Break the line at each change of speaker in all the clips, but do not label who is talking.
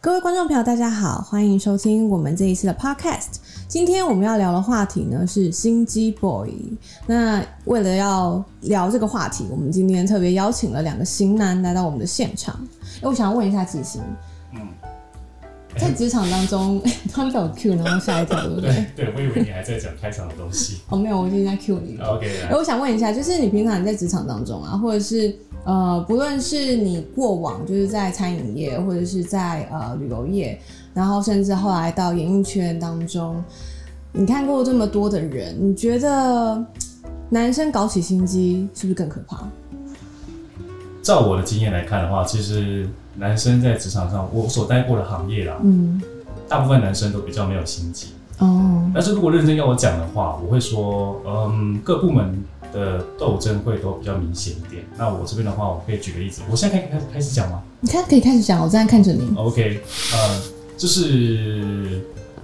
各位观众朋友，大家好，欢迎收听我们这一次的 Podcast。今天我们要聊的话题呢是心机 boy。那为了要聊这个话题，我们今天特别邀请了两个型男来到我们的现场。哎，我想问一下吉星，
嗯，
在职场当中， 他们叫我 Q，然后吓一跳，对不 对？
对，我以为你还在讲开场的东西。
哦，没有，我已经在 Q 你了。
OK，
哎、
来
我想问一下，就是你平常你在职场当中啊，或者是呃，不论是你过往就是在餐饮业，或者是在呃旅游业，然后甚至后来到演艺圈当中，你看过这么多的人，你觉得男生搞起心机是不是更可怕？
照我的经验来看的话，其实男生在职场上，我所待过的行业啦，
嗯，
大部分男生都比较没有心机。
哦，
但是如果认真要我讲的话，我会说，嗯，各部门的斗争会都比较明显一点。那我这边的话，我可以举个例子，我现在可以开始开始讲吗
你看可以开始讲，我正在看着你。
？OK，呃，就是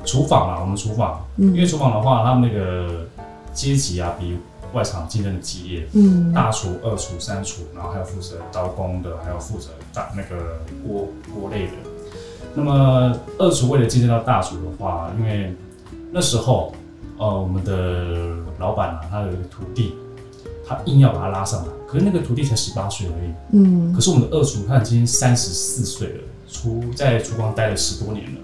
厨房啦，我们厨房，因为
嗯
厨房的话，他们那个阶级啊，比外场竞争的激烈。
嗯
大厨、二厨、三厨，然后还有负责刀工的，还有负责大那个锅锅类的。那么二厨为了竞争到大厨的话，因为那时候呃我们的老板啊，他有一个徒弟，他硬要把他拉上来，可是那个徒弟才十八岁而已，
嗯
可是我们的二厨他已经三十四岁了，厨在厨房待了十多年了。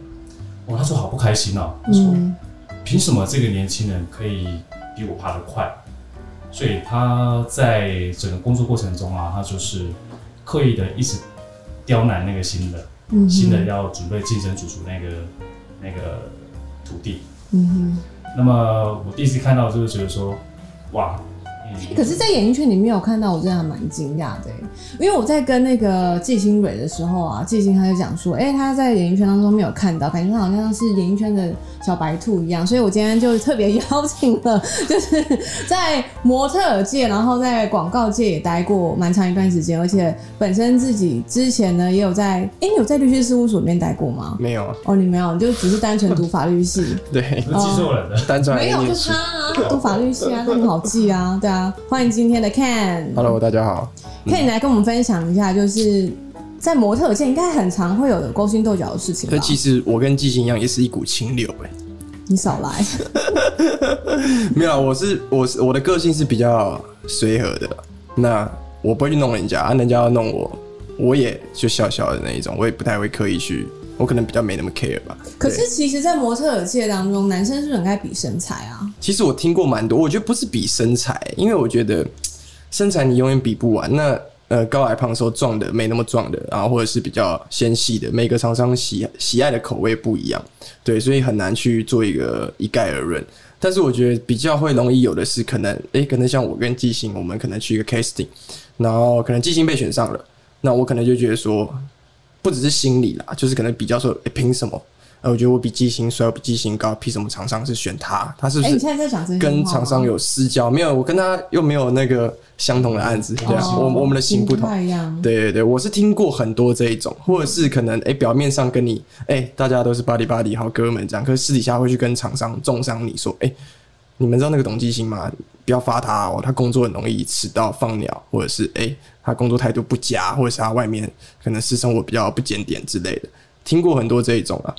哦，他说好不开心啊，他说、
嗯
凭什么这个年轻人可以比我爬得快？所以他在整个工作过程中啊，他就是刻意的一直刁难那个新的、
嗯
新的要准备晋升主厨那个那个徒弟。
嗯
那么我第一次看到就是觉得说，哇，
哼，
嗯
可是，在演艺圈里面，我看到我真的还蛮惊讶的欸，因为我在跟那个季星蕊的时候啊，季星他就讲说，哎、他在演艺圈当中没有看到，感觉他好像是演艺圈的小白兔一样，所以我今天就特别邀请了， 就是在模特儿界，然后在广告界也待过蛮长一段时间，而且本身自己之前呢也有在，哎、你有在律师事务所里面待过吗？
没有，
哦，你没有，你就只是单纯读法律系。
对，
我记错人了。啊
单纯
没有，就他啊，他读法律系啊，这很好记啊，对啊。欢迎今天的 Ken。
Hello，大家好。
可以
嗯
来跟我们分享一下，就是在模特界应该很常会有的勾心斗角的事情吧
那？其实我跟季星一样，也是一股清流哎、
你少来，
没有啊，我是我是我的个性是比较随和的啦，那我不会去弄人家，啊、人家要弄我，我也就笑笑的那一种，我也不太会刻意去，我可能比较没那么 care 吧。
可
对
是其实，在模特儿界当中，男生是不是很爱比身材啊？
其实我听过蛮多，我觉得不是比身材，因为我觉得身材你永远比不完。那呃，高矮胖瘦、壮的没那么壮的，然后或者是比较纤细的，每个厂商喜喜爱的口味不一样，对，所以很难去做一个一概而论。但是我觉得比较会容易有的是，可能诶、可能像我跟季星，我们可能去一个 casting，然后可能季星被选上了，那我可能就觉得说，不只是心理啦，就是可能比较说，诶凭、什么？呃，我觉得我比季星帅，我比季星高，凭什么厂商是选他？他是不
哎、
是
你现在在讲真心话吗
跟厂商有私交，没有，我跟他又没有那个相同的案子，对啊，
哦
我我们的心不同。
太一样。
对对对，我是听过很多这一种，或者是可能哎、诶表面上跟你哎、诶大家都是巴里巴里好哥们这样，可是私底下会去跟厂商重伤你说哎、诶你们知道那个董继兴吗？不要发他哦，他工作很容易迟到放鸟，或者是哎、诶他工作态度不佳，或者是他外面可能私生活比较不检点之类的，听过很多这一种啊。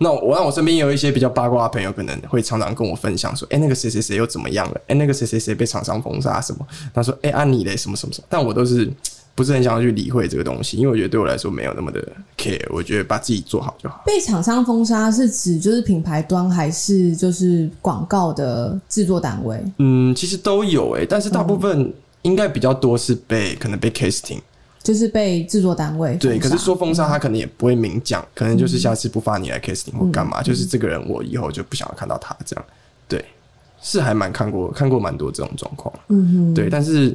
那我让我身边也有一些比较八卦的朋友，可能会常常跟我分享说，哎、那个谁谁谁又怎么样了？哎、那个谁谁谁被厂商封杀什么？他说，哎、按、你嘞什么什么什么？但我都是不是很想要去理会这个东西，因为我觉得对我来说没有那么的 care，我觉得把自己做好就好。
被厂商封杀是指就是品牌端还是就是广告的制作单位？
嗯，其实都有哎、但是大部分应该比较多是被可能被 casting，
就是被制作单位
对，可
封
是
杀
说封杀他可能也不会明讲，可能
嗯
就是下次不发你来 casting 或干嘛，就是这个人我以后就不想要看到他这样，对，是还蛮看过看过蛮多这种状况。
嗯哼，
对，但是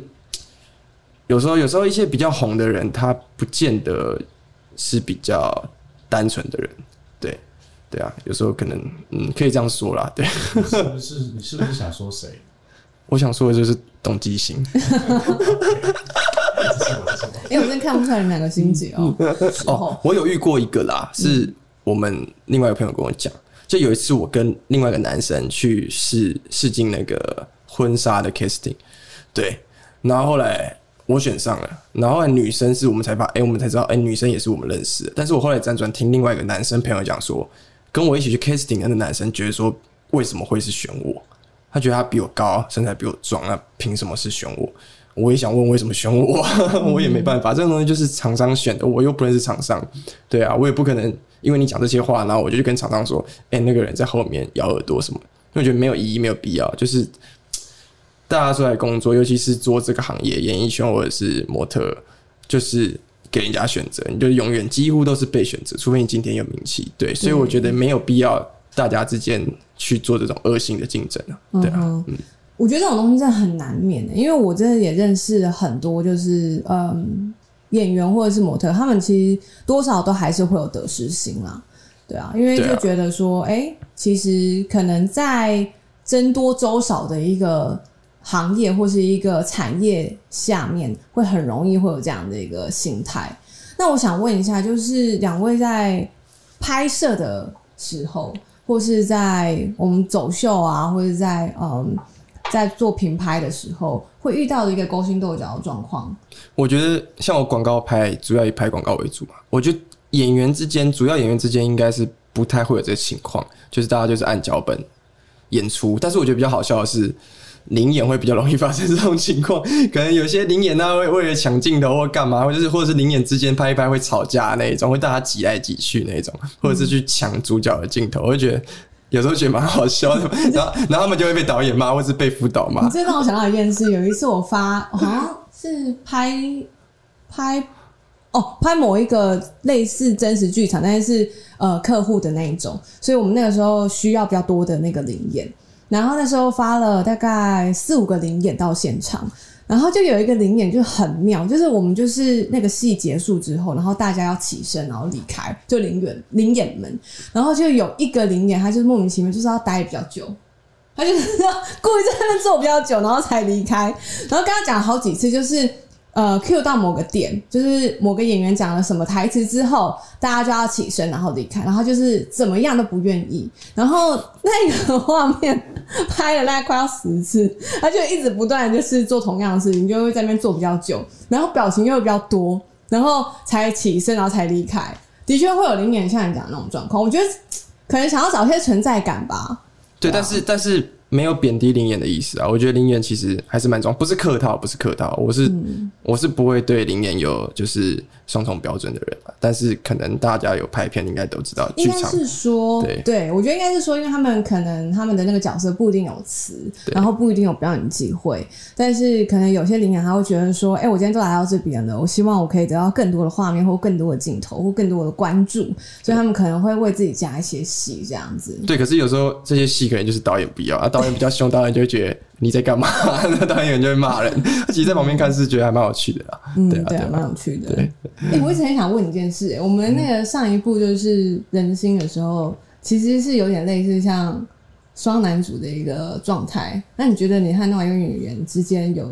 有时候有时候一些比较红的人，他不见得是比较单纯的人，对对啊，有时候可能嗯可以这样说啦。对，
哦
你是不是你是不是想说谁？
我想说的就是董基兴
这是我这是我。
哎、我真的看不出来你们两个心结哦、
哦，我有遇过一个啦，是我们另外一个朋友跟我讲，就有一次我跟另外一个男生去试试镜那个婚纱的 casting，对，然后后来我选上了，然后后来女生是我们才发，哎、我们才知道，哎、女生也是我们认识的。但是我后来辗转听另外一个男生朋友讲说，跟我一起去 casting 的那男生觉得说，为什么会是选我？他觉得他比我高，身材比我壮，那凭什么是选我？我也想问为什么选我， 我也没办法，这种东西就是厂商选的，我又不认识厂商，对啊，我也不可能因为你讲这些话，然后我就去跟厂商说，哎、那个人在后面咬耳朵什么，因为我觉得没有意义，没有必要，就是大家出来工作，尤其是做这个行业，演艺圈或者是模特，就是给人家选择，你就永远几乎都是被选择，除非你今天有名气。对，所以我觉得没有必要大家之间去做这种恶性的竞争啊。对啊，
嗯哼，我觉得这种东西真的很难免欸的、因为我真的也认识很多，就是嗯，演员或者是模特，他们其实多少都还是会有得失心啦，对啊，因为
对啊
就觉得说，哎、其实可能在僧多粥少的一个行业或是一个产业下面，会很容易会有这样的一个心态。那我想问一下，就是两位在拍摄的时候，或是在我们走秀啊，或者在嗯在做品牌的时候，会遇到的一个勾心斗角的状况。
我觉得像我广告拍，主要以拍广告为主嘛。我觉得演员之间，主要演员之间应该是不太会有这个情况，就是大家就是按脚本演出。但是我觉得比较好笑的是，灵演会比较容易发生这种情况，可能有些灵演啊会为了抢镜头或干嘛，或者是或者是灵演之间拍一拍会吵架那一种，会大家挤来挤去那一种，或者是去抢主角的镜头，我就觉得。有时候觉得蛮好笑的，然后然后他们就会被导演骂，或是被辅导骂
你。这让我想到一件事，有一次我发好像是拍拍哦拍某一个类似真实剧场，但是是呃客户的那一种，所以我们那个时候需要比较多的那个灵眼。然后那时候发了大概四五个灵眼到现场，然后就有一个灵眼就很妙，就是我们就是那个戏结束之后，然后大家要起身然后离开，就灵眼灵眼们，然后就有一个灵眼，他就是莫名其妙就是要待比较久，他就是要故意在那边坐比较久，然后才离开。然后跟他讲好几次，就是呃 cue 到某个点，就是某个演员讲了什么台词之后，大家就要起身然后离开，然后就是怎么样都不愿意。然后那个画面拍了大概快要十次，他就一直不断地就是做同样的事情，就会在那边做比较久，然后表情又比较多，然后才起身，然后才离开。的确会有零点像你讲的那种状况，我觉得可能想要找一些存在感吧。
对，但是但是没有贬低林演的意思啊。我觉得林演其实还是蛮重，不是客套，不是客套。我是、
嗯
我是不会对林演有就是双重标准的人啊。但是可能大家有拍片应该都知道，剧
应该
场
是说，
对
我觉得应该是说，因为他们可能他们的那个角色不一定有词，
对
然后不一定有表演机会，但是可能有些领养他会觉得说，哎、我今天都来到这边了，我希望我可以得到更多的画面或更多的镜头或更多的关注，所以他们可能会为自己加一些戏这样子。
对。可是有时候这些戏可能就是导演不 要啊，导演比较凶，导演就会觉得你在干嘛， 那导演就会骂人。其实，在旁边看是觉得还蛮有趣的啦。
嗯，
对啊，对
啊，蛮
啊。
有趣的。
对
哎、我一直很想问你一件事、哎我们那个上一部就是人心的时候，其实是有点类似像双男主的一个状态。那你觉得你和另外一个演员之间有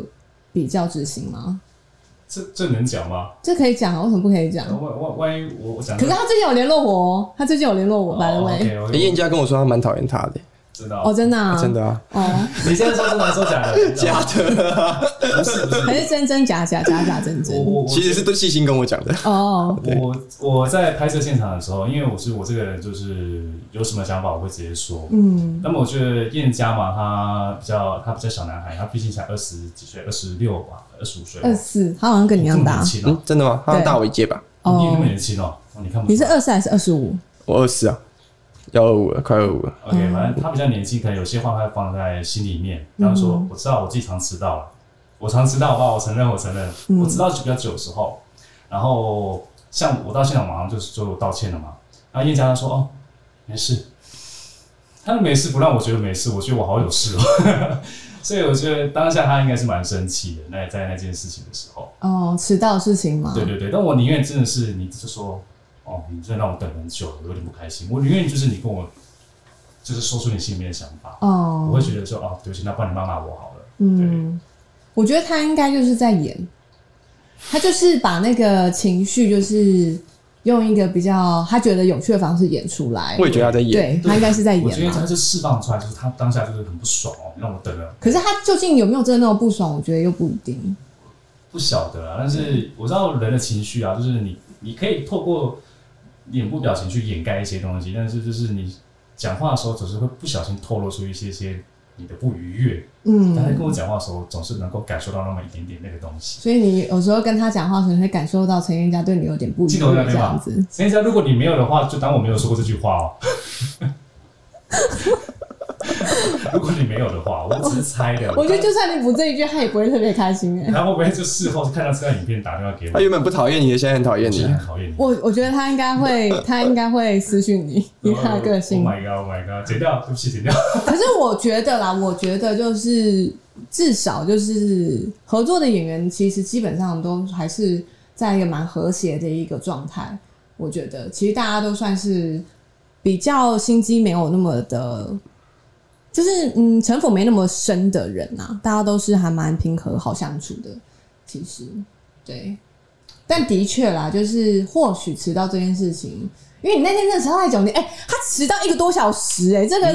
比较之心吗？
这这能讲吗？
这可以讲啊，为什么不可以讲？
万万万一我我讲
可
这
是
个，
他最近有联络我哦，他最近有联络我，by the
哦
way。
，OK，我
诶燕佳跟我说他蛮讨厌他的、
知道
哦，真的啊，
真的啊，
哦，
你现在说真的说假的？
假 的、啊，
不是不
还
是，
是真真假假，假假真
我
真。
我我
其实是对细心跟我讲的。
哦，
对
我我在拍摄现场的时候，因为我是我这个人就是有什么想法我会直接说。
嗯
那么我觉得燕佳嘛，他比较他比较小男孩，他毕竟才二十几岁，二十六吧，二十五岁吧。
二四，他好像跟你一
这
样
么年
大。
轻哦
嗯，真的吗？他
对
大我一届吧，
哦
你那么年轻哦，哦你看不出来
你是二四还是二十五？
我二十啊，幺二五了，快二五了。
OK，
嗯
反正他比较年轻，可能有些话他放在心里面，然
嗯
后说我知道我自己常迟到了，我常迟到，好不好？我承认，我承认，
嗯
我迟到比较久的时候，然后像我到现场马上就是就道歉了嘛，然后叶佳他说哦没事，他说没事不让我觉得没事，我觉得我好有事哦， 所以我觉得当下他应该是蛮生气的，那在那件事情的时候，
哦，迟到的事情吗？
对对对，但我宁愿真的是你就说，哦，你真的让我等很久了，我有点不开心。我宁愿就是你跟我，就是说出你心里面的想法，
哦，
我会觉得说，哦，对不起，那帮你骂骂我好了。
嗯，我觉得他应该就是在演，他就是把那个情绪就是用一个比较他觉得有趣的方式演出来
我。也觉得他在演，
对他应该是在
我觉
演啊
得他
嘛。
就释放出来，就是他当下就是很不爽哦，让我等了。
可是他究竟有没有真的那么不爽？我觉得又不一定。
不晓得啊，但是
嗯
我知道人的情绪啊，就是你你可以透过脸部表情去掩盖一些东西，但是就是你讲话的时候总是会不小心透露出一些些你的不愉悦。但他
嗯，
跟我讲话的时候，总是能够感受到那么一点点那个东西。
所以你有时候跟他讲话的时候，你会感受到陈彦佳对你有点不一
镜头在
样
那
这
边
样
吧
子。
陈家，如果你没有的话，就当我没有说过这句话哦。 如果你没有的话，我只是猜的。
我觉得就算你补这一句，他也不会特别开心哎、
他会不会就事后看到这段影片打电话给我
他？原本不讨厌你的，现在很讨厌
现
你
在。很讨厌你。
我我觉得他应该会，他应该会私讯你，以他的个性
Oh。my god! Oh my god! 剪掉，对不起，剪掉。
可是我觉得啦，我觉得就是至少就是合作的演员，其实基本上都还是在一个蛮和谐的一个状态。我觉得其实大家都算是比较心机没有那么的，就是嗯城府没那么深的人啊，大家都是还蛮平和好相处的。其实对，但的确啦，就是或许迟到这件事情。因为你那天真的迟到太久，你哎、他迟到一个多小时、哎，这个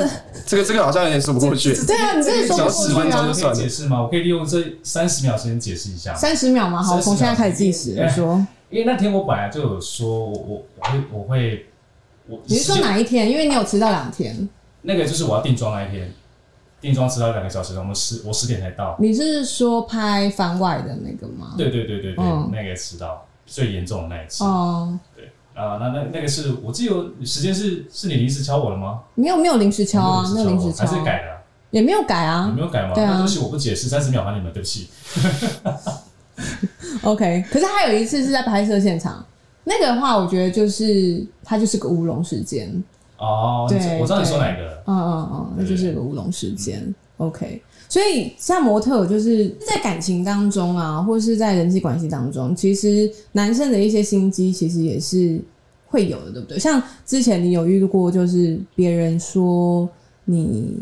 这个这个好像有点说不过去。
对啊，你这是说
只
不过
要10分
去
钟
啊
就。算了
可以解释吗？我可以利用这三十秒时间解释一下吗。
三十秒嘛，好，
30
从现在开始计时。
秒
你说，
因为那天我本来就有说，我我我会我会我
你是说
时间
哪一天？因为你有迟到两天，
那个就是我要定妆那一天，定妆迟到两个小时，我们十我十点才到。
你是说拍番外的那个吗？，
对对对对对，
啊嗯
那个迟到最严重的那一次。
哦，
啊，那那那个是我记得有时间是是你临时敲我的吗？
没有没有临时敲啊，没有临时敲
还，是改的、
也没有改
啊？你
啊
没。有改吗？
对啊
那对不起，我不解释，三十秒还你们，对不起。
OK，可是还有一次是在拍摄现场，那个的话，我觉得就是它就是个乌龙时间。
哦，
对
我知道你说哪一个了。
嗯嗯嗯，那就是个乌龙事件。OK，所以像模特儿就是在感情当中啊，或是在人际关系当中，其实男生的一些心机其实也是会有的，对不对？像之前你有遇过，就是别人说你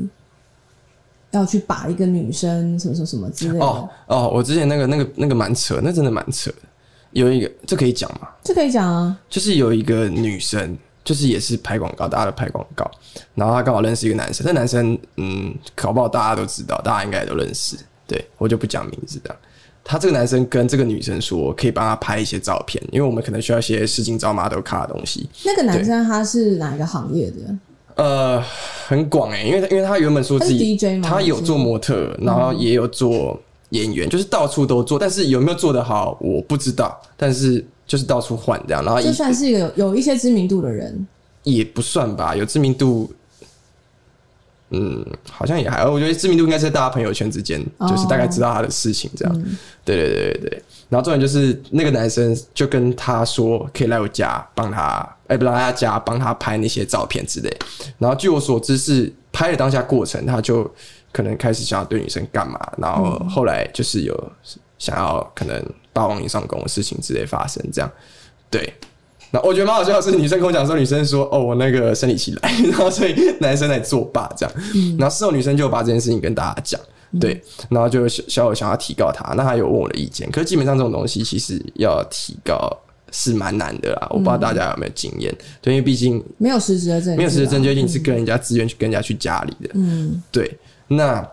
要去把一个女生什么什么什么之类的，
哦哦，我之前那个那个那个蛮扯，那真的蛮扯的。有一个这可以讲吗？
这可以讲啊。
就是有一个女生，就是也是拍广告，大家都拍广告，然后她刚好认识一个男生，那男生嗯，搞不好大家都知道，大家应该都认识，对我就不讲名字的。他这个男生跟这个女生说，可以帮他拍一些照片，因为我们可能需要一些试镜照、model 卡的东西。
那个男生他是哪一个行业的？
呃，很广哎、因为因为他原本说自己
他是 DJ 吗
他有做模特，然后也有做演员，就是到处都做，但是有没有做得好我不知道，但是就是到处换这样，然后
就
也
算是有有一些知名度的人，
也不算吧，有知名度。嗯，好像也还好，我觉得知名度应该是在大家朋友圈之间，
哦
就是大概知道他的事情这样。对对对对对。然后重点就是那个男生就跟他说，可以来我家帮他，哎、不来他家帮他拍那些照片之类。然后据我所知是拍的当下过程，他就可能开始想要对女生干嘛，然后后来就是有想要可能霸王硬上弓的事情之类发生这样。对，那我觉得蛮好笑的是，女生跟我讲说，女生说哦，我那个生理期来， 然后所以男生来作罢这样，然后事后女生就把这件事情跟大家讲，对，然后就小小有想要提高他，那他有问我的意见，可是基本上这种东西其实要提高是蛮难的啦，我不知道大家有没有经验，对，因为毕竟
没有实质的证据啊，
没有实质证据，一定是跟人家自愿去跟人家去家里的，
嗯
对，那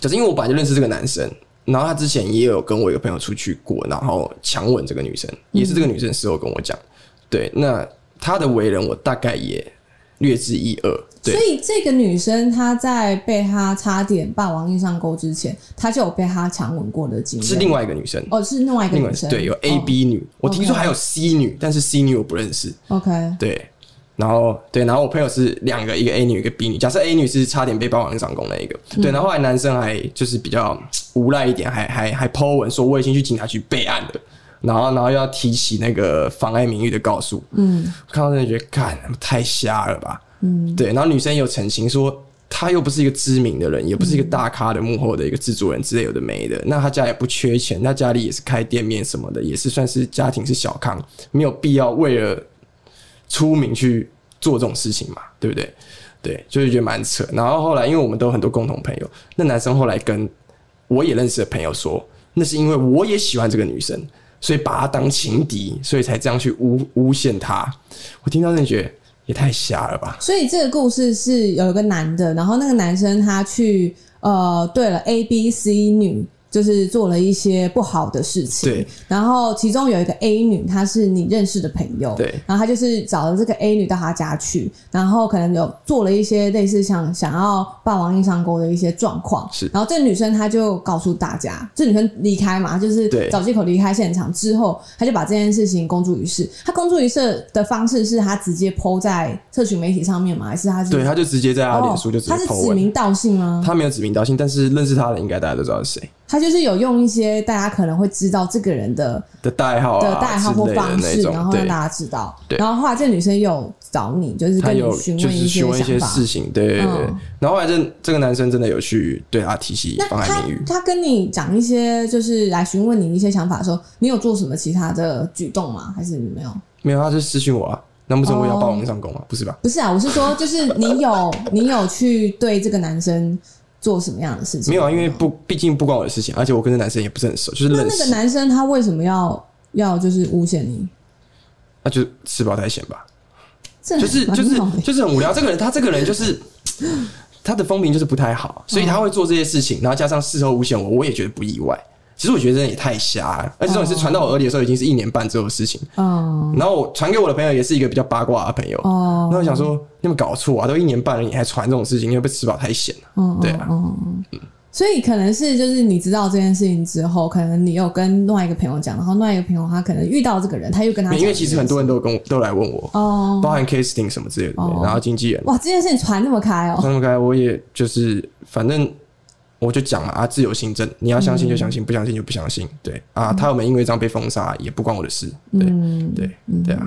就是因为我本来就认识这个男生，然后他之前也有跟我一个朋友出去过，然后强吻这个女生，也
嗯
是这个女生事后跟我讲。对，那他的为人我大概也略知一二。
所
对，
以这个女生她在被他差点霸王硬上钩之前，她就有被他强吻过的经验。
是另外一个女生，
哦，是另外一个
另外
女生，哦
对有 A、B 女，我听说
OK
还有 C 女，但是 C 女我不认识。
哦、OK，
对。然后对，然后我朋友是两个，一个 A 女，一个 B 女。假设 A 女是差点被霸王硬上弓那一个，
嗯
对。然后后来男生还就是比较无赖一点，还还还 po 文说我已经去警察局备案了，然后然后又要提起那个妨碍名誉的告诉。
嗯
看到真的觉得，干太瞎了吧？
嗯，
对。然后女生也有澄清说，她又不是一个知名的人，也不是一个
嗯
大咖的幕后的一个制作人之类有的没的。那她家也不缺钱，她家里也是开店面什么的，也是算是家庭是小康，没有必要为了出名去做这种事情嘛，对不对？对，就是觉得蛮扯。然后后来，因为我们都有很多共同朋友，那男生后来跟我也认识的朋友说，那是因为我也喜欢这个女生，所以把她当情敌，所以才这样去诬诬陷她。我听到那觉得也太瞎了吧？
所以这个故事是有一个男的，然后那个男生他去呃对了 A、B、C 女就是做了一些不好的事情。
对，
然后其中有一个 A 女，她是你认识的朋友，
对，
然后她就是找了这个 A 女到她家去，然后可能有做了一些类似像想要霸王硬上弓的一些状况，
是
然后这女生她就告诉大家，这女生离开嘛，就是
对
找借口离开现场之后，她就把这件事情公诸于世。她公诸于世的方式是她直接 PO 在社群媒体上面嘛，还是她是
对，他就直接在他
哦
脸书就直接
她是
po
指
文，
名道姓吗？
他没有指名道姓，但是认识他的应该大家都知道是谁
她就是有用一些大家可能会知道这个人的
的代号
的
啊
代号或
之类的
方式，然
那种，
后让
对，
大家知道。
对
然后后来这女生有找你，就是
他
跟
有
你询
就
问
是询问一些
想法。
事情，对对对对
嗯。
然后后来这这个男生真的有去对他提起
那
妨
他
碍名誉，
他跟你讲一些，就是来询问你一些想法的时候，你有做什么其他的举动吗？还是没有？
没有，他就私讯我啊。难不成我也要
哦
霸王硬上弓吗？不是吧？
不是啊，我是说，就是你有 你有去对这个男生做什么样的事情？
没有啊，因为不，毕竟不关我的事情，而且我跟这男生也不是很熟，就是
那
认
那个
识，
男生他为什么要要就是诬陷你？
那就吃饱太闲吧。
这
就是
蛮
就是
妙的
就是很无聊。这个人他这个人就是 他的风评就是不太好，所以他会做这些事情，然后加上事后诬陷我，我也觉得不意外。其实我觉得这人也太瞎了，而且这种是传到我耳里的时候，已经是一年半之后的事情。
嗯
然后我传给我的朋友也是一个比较八卦的朋友，
哦
那我想说，你们搞错啊，都一年半了，你还传这种事情，你会不会吃饱太闲了、
嗯，
对啊
嗯嗯嗯。所以可能是就是你知道这件事情之后，可能你有跟另外一个朋友讲，然后另外一个朋友他可能遇到这个人，他又跟他讲
因为其实很多人都有跟我都来问我，
哦，
包含 casting 什么之类的，
哦
然后经纪人。
哇，这件事情传那么开哦，
那么该我也就是反正我就讲嘛啊，自由行政，你要相信就相信，不相信就不相信。对啊，他们因为这样被封杀也不关我的事。对、
嗯，
对对啊，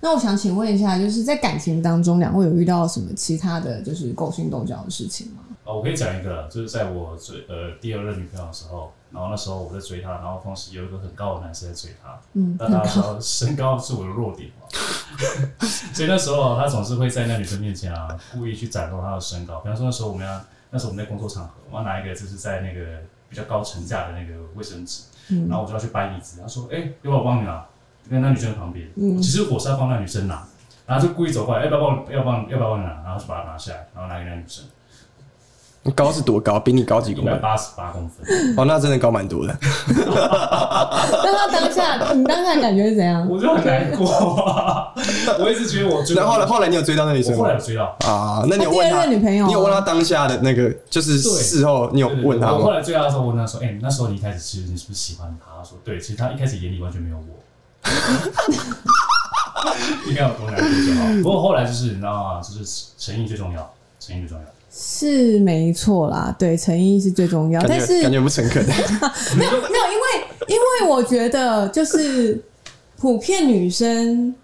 那我想请问一下，就是在感情当中，两位有遇到什么其他的就是勾心斗角的事情吗？
呃，我可以讲一个，就是在我追呃第二任女朋友的时候，然后那时候我在追她，然后同时有一个很高的男生在追她，
嗯，
那大 家知道身高是我的弱点嘛， 所以那时候他总是会在那女生面前啊，故意去展露他的身高。比方说那时候我们要，那时候我们在工作场合，我要拿一个就是在那个比较高层架的那个卫生纸，
嗯
然后我就要去搬椅子，他说：“哎、要不要我帮你拿？”跟那女生旁边，
嗯
其实我是要帮那女生拿，然后就故意走过来，哎要不要帮我？要不要帮？要不要帮你拿？然后就把它拿下来，然后拿给那女生，
你高是多高？比你高几
一
公
百
分？
八十八公分。
哦，那真的高蛮多的。
那他当下，你当下感觉是怎样？
我就很难过、 啊，我一直觉得我追不到
然后后来后来你有追到那女生
我后来
吗？
有追到，
啊，那你有
他第
问
二
他？
任女朋友啊
你有问他当下的那个，就是
对
事后你有
对对对
问他
我后
吗？
来追到的时候，我问他说：“哎、那时候你一开始其实你是不是喜欢他？”他说：“对，其实他一开始眼里完全没有我。” 应该有多难过就好。不过后来就是你知道吗？就是诚意最重要，诚意最重要。
是没错啦，对，诚意是最重要，
感
但
觉
是
感觉不诚恳。
没有没有，因为因为我觉得就是普遍女生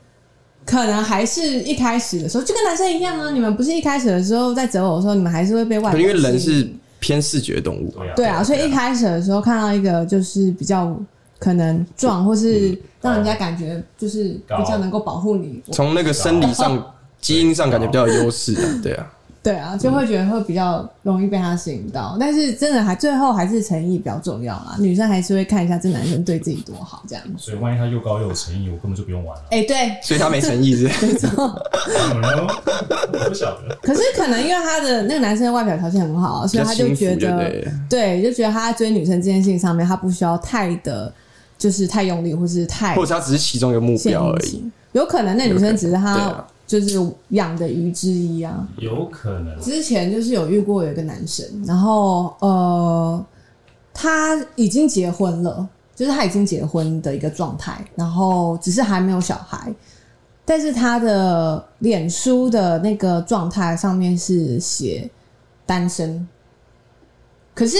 可能还是一开始的时候就跟男生一样啊，你们不是一开始的时候在择偶的时候，你们还是会被外
可
表
能因为人
吸引
是偏视觉动物，
对啊，
对啊，所以一开始的时候看到一个就是比较可能壮，或
嗯
是让人家感觉就是比较能够保护你，
从那个生理
哦
上、基因上感觉比较有优势啊。对啊，
对啊，就会觉得会比较容易被他吸引到。但是真的还最后还是诚意比较重要啦，女生还是会看一下这男生对自己多好这样。
所以万一他又高又有诚意，我根本就不用玩了。
哎、对，
所以他没诚 意是不是。
我不晓得，
可是可能因为他的那个男生的外表条件很好啊，
比
所以
较
他就
轻浮
觉
就
得
对了
对，就觉得他在追女生这件事情上面，他不需要太的，就是太用力，或是太
或者他只是其中一个目
哎陷
标
入
而已。
其有可能那女生只是
有可能对
他
啊
就是养的鱼之一啊。
有可能。
之前就是有遇过有一个男生，然后呃，他已经结婚了，就是他已经结婚的一个状态，然后只是还没有小孩，但是他的脸书的那个状态上面是写单身，可是。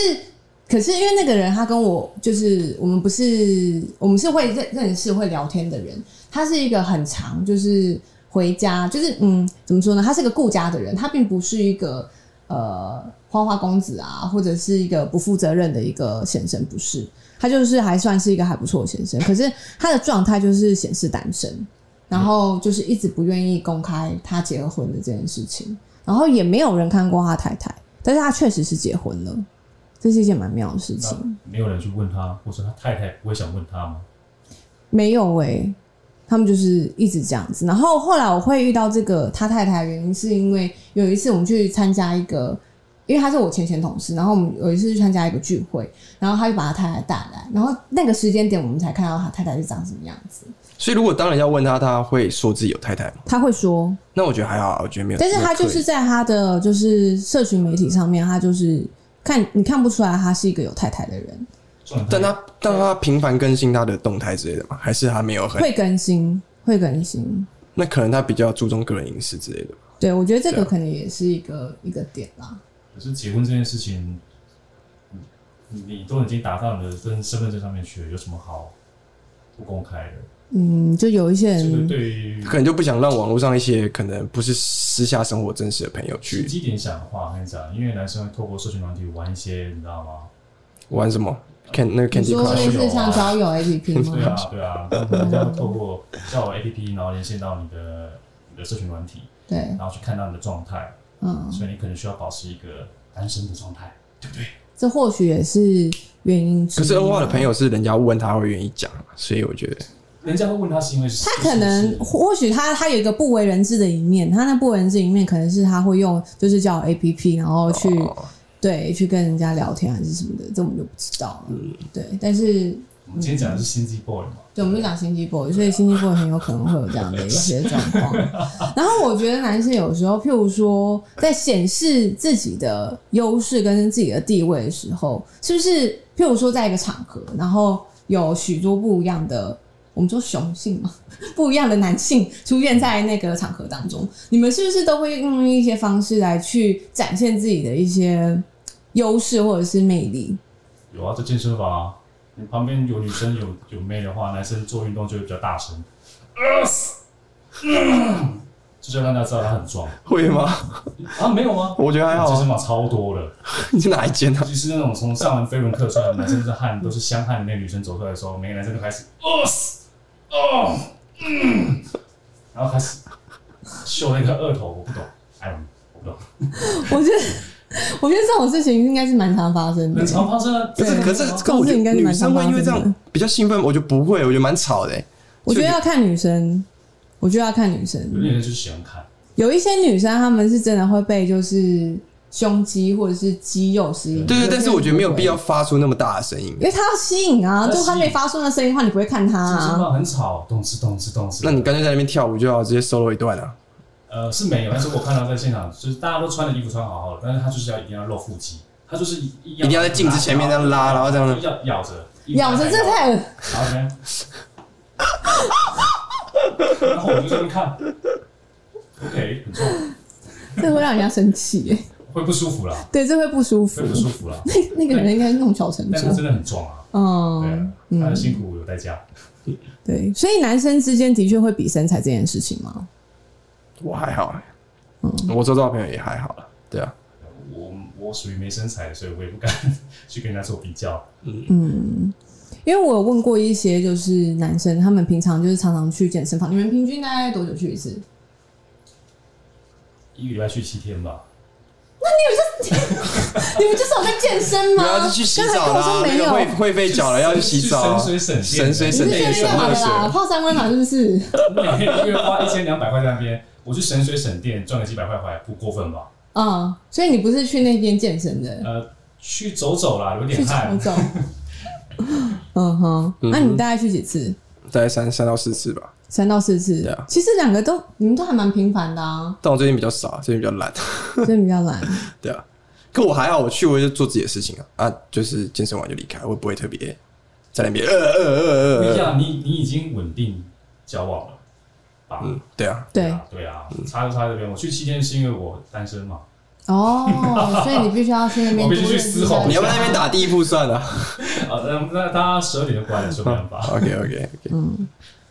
可是因为那个人，他跟我就是我们不是我们是会认认识会聊天的人，他是一个很长，就是回家，就是嗯，怎么说呢？他是个顾家的人，他并不是一个呃花花公子啊，或者是一个不负责任的一个先生，不是。他就是还算是一个还不错的先生，可是他的状态就是显示单身，然后就是一直不愿意公开他结婚的这件事情，然后也没有人看过他太太，但是他确实是结婚了，这是一件蛮妙的事情。
那没有人去问他，或者他太太不会想问他吗？
没有诶、他们就是一直这样子。然后后来我会遇到这个他太太，原因是因为有一次我们去参加一个因为他是我前前同事，然后我们有一次去参加一个聚会，然后他就把他太太带来，然后那个时间点我们才看到他太太是长什么样子。
所以如果当然要问他，他会说自己有太太吗？
他会说，
那我觉得还好啊，我觉得没有。
但是他就是在他的就是社群媒体上面，他就是看你看不出来他是一个有太太的人，
状态
但他但他频繁更新他的动态之类的嘛，还是他没有很？
会更新，会更新。
那可能他比较注重个人隐私之类的吧。
对，我觉得这
对
个可能也是一个一个点啦。
可是结婚这件事情，你你都已经打到你的身身份证上面去了，有什么好不公开的？
嗯，就有一些
这个
人，
对于
他可能就不想让网络上一些可能不是私下生活真实的朋友
实
去
际点想的话，我跟你讲，因为男生会透过社群软体玩一些，你知道吗？
玩什么 Can 那个
你
Candy
说类
Crush，啊
似像交友 APP
对
吗？，
啊对啊，人家会透过叫我 APP，然后连线到你的你的社群软体，
对，
然后去看到你的状态，
嗯，
所以你可能需要保持一个单身的状态。
这或许也是原因之一。
可是恩化的朋，友是人家问他会愿意讲，所以我觉得
人家会问他是因为是
他可能
是
或许他他有一个不为人知的一面，他那不为人知的一面可能是他会用就是叫 APP，然后去、
哦
对去跟人家聊天还是什么的，这我们就不知道了。
嗯
对，但是
我们今天讲的是心机 boy 嘛，
对，我们就讲心机 boy，所以心机 boy 很有可能会有这样的一些状况。然后我觉得男生有时候，譬如说在显示自己的优势跟自己的地位的时候，是不是譬如说在一个场合，然后有许多不一样的，我们说雄性嘛， 不一样的男性出现在那个场合当中，你们是不是都会用一些方式来去展现自己的一些优势或者是魅力？
有啊，在健身房啊，你旁边有女生有有妹的话，男生做运动就会比较大声，嗯就是要让大家知道他很壮
会吗？
啊，没有吗？
我觉得还好
健身
啊。
房超多的，
你是哪一间啊
尤？其是那种从上完飞轮课出来，男生是汗都是香汗的那女生走出来的时候，每个男生都开始哦嘶哦嗯，然后开始秀那个二头，我不懂，哎，我不懂，
嗯
我觉得， 我觉得这种事情应该是蛮常发生的
很。常发生啊。
可是
对
可是
很常发生啊
这个我觉
这应
得
该是
女
蛮
生会因为这
常发生
样
的
比较兴奋，我觉得不会，我觉得蛮吵的欸。
我觉得要看女生，我觉得要看女
有
生。
些人就是喜欢看，
有一些女生，她们是真的会被就是胸肌或者是肌肉吸引。
对对，
有些人
但是我觉得没有
不会
必要，发出那么大的声音
因。为她要吸引啊。
她吸
就
引
她没发出那声音的话，你不会看她
健身
啊。
房很吵，动次动次动次。
那你干脆在那边跳舞就好，直接 solo 一段啊。
呃，是没有，但是我看到在现场，就是大家都穿的衣服穿好好的，但是他就是要一定要露腹肌，他就是一一
一定要在镜子前面这样拉然后这样
要咬着，
咬着这太恶，
然后这样，然后我就这边看，OK，很重，
这会让人家生气 耶。
会不舒服啦，
对，这会不舒服
会。不舒 服啦，
那那个人应该是弄巧成
但是
拙。
真的很重啊，对啊
嗯，，
他的辛苦有代价，
对，所以男生之间的确会比身材这件事情吗？
我还好欸，
嗯
我周遭的朋友也还好了。对啊，
我我属于没身材，所以我也不敢 去跟人家做比较，
因为我有问过一些就是男生，他们平常就是常常去健身房，你们平均大概多久去一次？
一个礼拜去七天吧，
你们就是有在健身吗？
然后就啊去洗
刚
澡
才跟我
啦，
说
那
没有
个，会会费缴了要去洗澡啊，
去神水省电
神水省
你
电
是啊去
省
那边干嘛
热
的啦？
水。
泡三温暖是不是？
每个月花一千两百块在那边，我去省水省电赚个几百块回来，不过分吧？
嗯，所以你不是去那边健身的，
呃，去走走啦，流
去
点
走
汗，
走。 嗯哼，那你大概去几次？
大概三三到四次吧，
三到四次
对啊。
其实两个都你们都还蛮频繁的啊，
但我最近比较少，最近比较懒，
所以比较懒。
对啊。可我还好，我去我就做自己的事情啊，啊，就是健身完就离开，我不会特别在那边呃呃呃
不
呃
一
呃，
样，你你已经稳定交往了吧？
嗯，对啊，
对
啊，对啊，差就差这边。我去七天是因为我单身嘛，
哦，所以你必须要去那边
我
多
必
认
须去
识一
嘶
下。
吼
你要不要在那边打地铺算了
啊，那那大家十二点就关了，说没办 法。
？OK OK OK，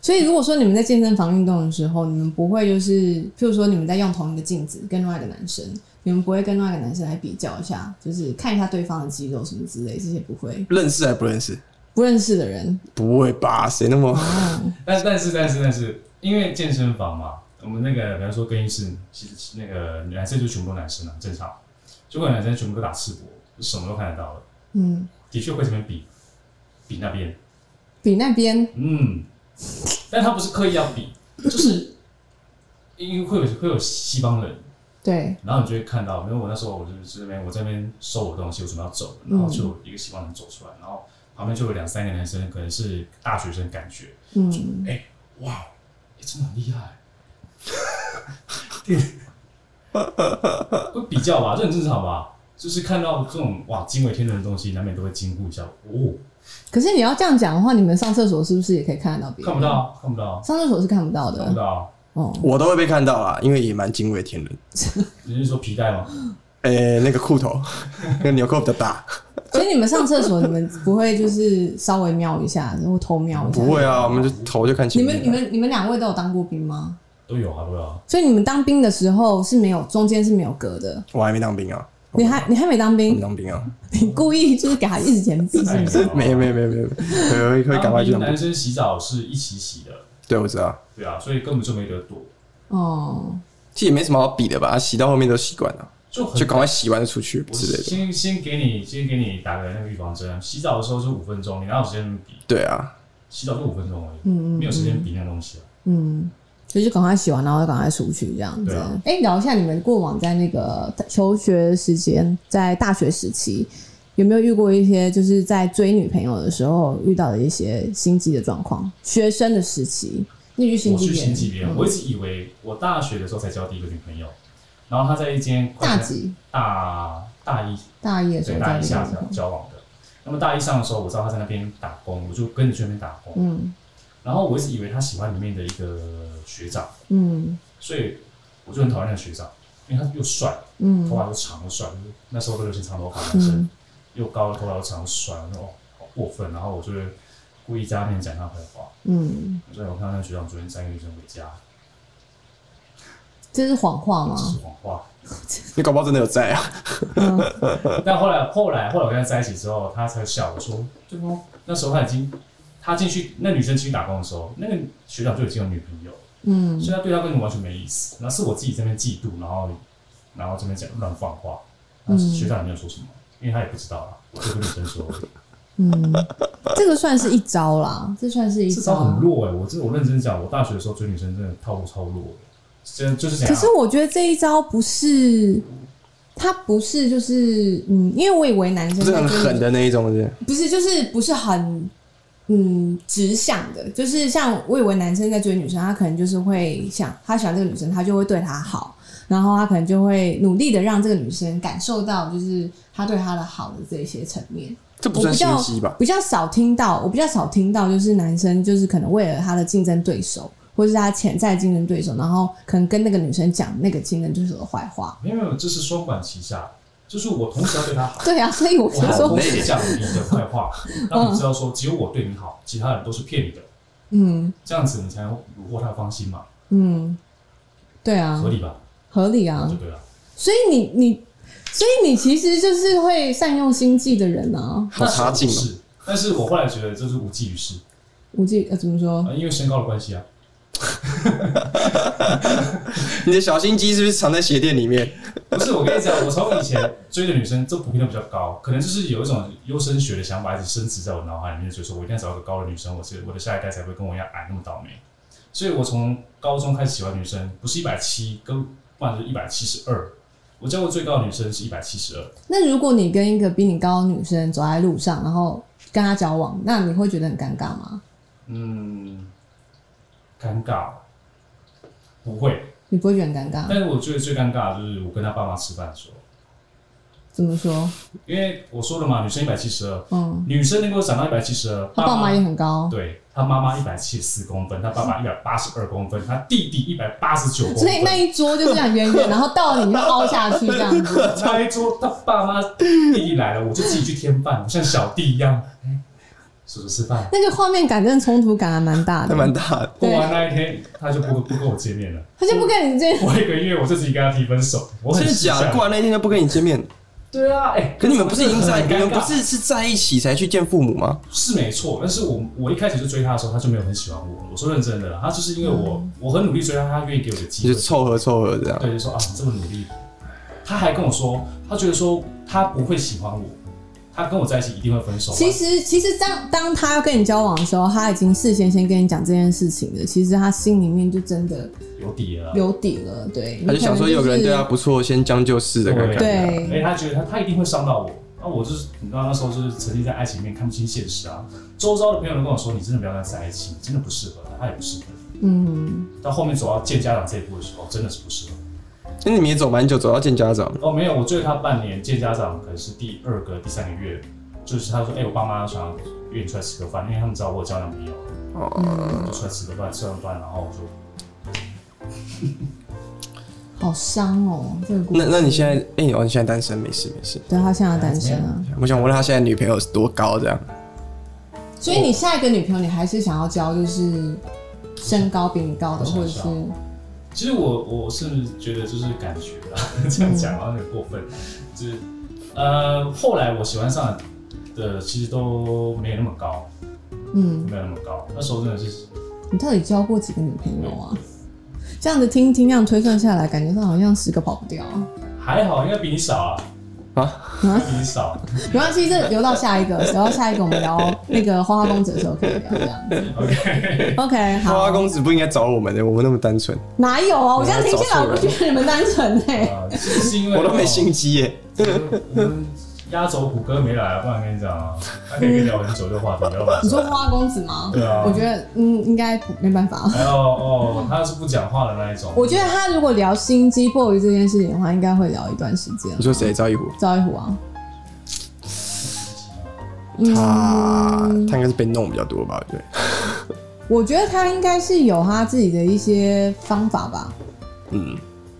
所以如果说你们在健身房运动的时候，你们不会就是，譬如说你们在用同一个镜子跟另外一个男生，你们不会跟另外一个男生来比较一下，就是看一下对方的肌肉什么之类，这些不会。
认识还不认识？
不认识的人，
不会吧？谁那么
哦，
但是但是但是但是，因为健身房嘛，我们那个比方说更衣室，其实那个男生就全部都男生啊，正常。结果男生全部都打赤膊，什么都看得到了，
嗯，
的确会这边比比那边。
比那边
嗯，但他不是刻意要比，就是因为会有会有西方人，
对，
然后你就会看到，因为我那时候我就是这边我这边收我东西，我准备要走了，然后就有一个希望能走出来，然后旁边就有两三个男生，可能是大学生感觉，
嗯，
哎、哇，你、真的很厉害，会比较吧，这很正常吧，就是看到这种哇惊为天人的东西，难免都会惊呼一下，哦，
可是你要这样讲的话，你们上厕所是不是也可以看得到别人？
看不，到，看不到，
上厕所是看不到
看不
的。
到，
哦，
我都会被看到啊，因为也蛮惊为天人。
你是说皮带吗？
诶、那个裤头，那个纽扣比较大，
所以你们上厕所，你们不会就是稍微瞄一下，然后偷瞄一下？
不会。啊，我们就头就看前
你
面啊。
们、你们、你们两位都有当过兵吗？
都有啊，都有啊，
所以你们当兵的时候是没有中间是没有隔的。
我还没当兵啊，
你还你还没当
我没
兵，
当兵啊，
你故意就是给他一直延毕，是不
哎
是？
没有没有没有没有，会会会赶快去 当兵
男。生洗澡是一起洗的，
对，我知道，
对啊，所以根本就没得躲，
哦，
其实也没什么好比的吧，洗到后面都习惯了，
就很
就赶快洗完就出去
我
之类的。
先先给你先给你打个那个预防针，啊洗澡的时候就五分钟，你哪有时间比？
对啊，
洗澡就五分钟而已，
嗯嗯
没有时间比那东西啊。
嗯，所以就赶快洗完，然后就赶快出去这样子。
对
哎、
啊
聊一下你们过往在那个求学时间，在大学时期有没有遇过一些就是在追女朋友的时候遇到的一些心机的状况？学生的时期，你去心
我
机
去
别人，
心机别人，
嗯
我一直以为我大学的时候才交第一个女朋友，然后她在一间快
大
餐
几
大大一
大一的时
对
候
大
在
一下
那个
交往的。那么大一上的时候，我知道她在那边打工，我就跟着去那边打工。
嗯
然后我一直以为她喜欢里面的一个学长，
嗯
所以我就很讨厌那个学长，因为他又帅，头
嗯
发又长又帅，就是那时候都流行长头发男生。
嗯，
又高头发又长又帅，我说哦好过分，然后我就会故意在他面前讲他坏话。
嗯，
所以我看到那个学长昨天三个女生回家，
这是谎话吗
这？是谎话。
你搞不好真的有在啊，
嗯
但后来后来后来我跟他在一起之后，他才笑我说，对方那时候他已经他进去那女生进去打工的时候，那个学长就已经有女朋友了，
嗯
所以他对他根本完全没意思。然后是我自己这边嫉妒，然后然后这边讲乱放话，然后学长也没有说什么，因为他也不知道啊。我就跟女生说，
嗯，这个算是一招啦，这算是一
这招很弱哎、我这我认真讲，我大学的时候追女生真的套路超弱的，真就是这样。
可是我觉得这一招不是，他不是就是嗯，因为我以为男生
不是很狠
的，
的那一种，是
不是就是不是很嗯直向的，就是像我以为男生在追女生，他可能就是会想他喜欢这个女生，他就会对她好，然后他可能就会努力的让这个女生感受到就是他对她的好的这些层面。
这不
我
算
比
心
较
机吧？
比较少听到，我比较少听到，就是男生就是可能为了他的竞争对手，或是他潜在竞争对手，然后可能跟那个女生讲那个竞争对手的坏话。
没有没有，这是双管齐下，就是我同时要对他好，
对啊，所 以我
我
就
还
说
同，时讲你的坏话，让你知道说只有我对你好，其他人都是骗你的，
嗯
这样子你才能虏获他的芳心嘛，
嗯，对啊
合，理吧？
合理啊
就。对了。
所以你你，所以你其实就是会善用心计的人啊。
好差劲哦、
是，但是我后来觉得这是无济于事，
我记呃怎么说？
呃因为身高的关系啊。
你的小心机是不是藏在鞋垫里面？
不是，我跟你讲，我从以前追的女生都普遍都比较高，可能就是有一种优生学的想法，一直深植在我脑海里面，所以说我一定要找一个高的女生，我是我的下一代才不会跟我一样矮那么倒霉。所以我从高中开始喜欢女生，不是一百七，跟不然就是一百七十二。我见过最高的女生是一百七十二，
那如果你跟一个比你高的女生走在路上，然后跟她交往，那你会觉得很尴尬吗？
嗯，尴尬，不会。
你不会觉得很尴尬？
但是我觉得最尴尬的就是我跟她爸妈吃饭的时候，
怎么说？
因为我说了嘛，女生一百七十二，
嗯，
女生能够长到一百七十二，
她爸妈也很高。
对他妈妈一百七十四公分，他爸爸一百八十二公分，他弟弟一百八十九公分。
所以那一桌就这样远远，然后到了你就凹下去这样子。
那一桌，他爸妈弟弟来了，我就自己去添饭，我像小弟一样，哎叔叔吃饭。
那个画面感跟冲突感还蛮大
还
的，
蛮大的，
过完那一天，他就不不跟我见面了。
他就不跟你这，
嗯
过一个月，我就自己跟他提分手。我很
真的
气
假的？
下
过完那天就不跟你见面？
对啊，哎、
可你们不是已经在，
很
你
尴尬
们不是是在一起才去见父母吗？
是没错，但是我我一开始就追他的时候，他就没有很喜欢我。我说认真的啦，他就是因为我、
嗯
我很努力追他，他愿意给我个机
就
会。
凑合凑合这样。
对，就说啊，你这么努力，他还跟我说，他觉得说他不会喜欢我，他跟我在一起一定会分手吗。
其实，其实当当他跟你交往的时候，他已经事先先跟你讲这件事情了。其实他心里面就真的
有底了啊，
有底了，对。
他就想说有个人对他不错，先将就试着看看。
对
因为他觉得他他一定会伤到我。那我就是你知道那时候就是沉浸在爱情里面看不清现实啊。周遭的朋友都跟我说，你真的不要跟他在一起，你真的不适合他，他也不适合你。
嗯，
到后面走到见家长这一步的时候，哦真的是不适合。
那你们也走蛮久，走到见家长，
哦，没有，我追了他半年，见家长可能是第二个、第三个月，就是他说，哎、我爸妈想要约你出来吃个饭，因为他们知道我有交男朋友，
嗯
哦，
就出来吃个饭，吃完饭然后我就
好伤哦，这个故事。
那那你现在，嗯哎、哦，你现在单身，没事没事。
对他现在单身啊，
我想问他现在女朋友是多高这样？
所以你下一个女朋友，你还是想要交就是身高比你高的，
我想
或者是
想其实我我是觉得就是感觉啦， 这样讲好像有点过分，就是呃，后来我喜欢上的其实都没有那么高，
嗯，
没有那么高，那时候真的是
你到底交过几个女朋友啊？这样子听听，这样推算下来，感觉上好像十个跑不掉。啊
还好，应该比你少啊，
啊，
比你少，
没关系，这留到下 一个，留到下一个我们聊那个花花公子的时候可以聊这样 子。OK OK，好。
花花公子不应该找我们的，我们那么单纯，
哪有啊？我这样听下来，我不觉得你们单纯哎、
呃，是是因为
我都没心机耶。
我们压轴虎哥没来啊，不然跟你讲啊，他可以跟你聊很久这个话题，要不 然
你说花花公子吗？
对啊
我觉得嗯，应该没办法。
还有哦，他是不讲话的那一种。
我觉得他如果聊心机 boy 这件事情的话，应该会聊一段时间。
你说谁？赵一虎？
赵一虎啊？嗯
他啊他应该是被弄比较多吧？对，
我觉得他应该是有他自己的一些方法吧。
嗯，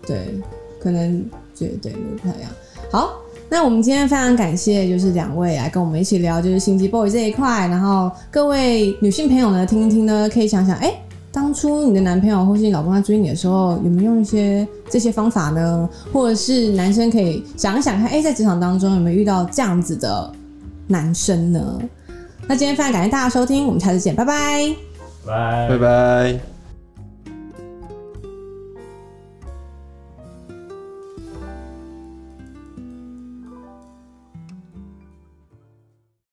对，可能觉得对不太一样。好，那我们今天非常感谢就是两位来跟我们一起聊就是心机 boy 这一块，然后各位女性朋友呢，听一听呢，可以想想，哎、当初你的男朋友或是你老公在追你的时候，有没有用一些这些方法呢？或者是男生可以想一想看，哎、在职场当中有没有遇到这样子的男生呢？那今天非常感谢大家收听，我们下次见，拜拜。
拜
拜拜。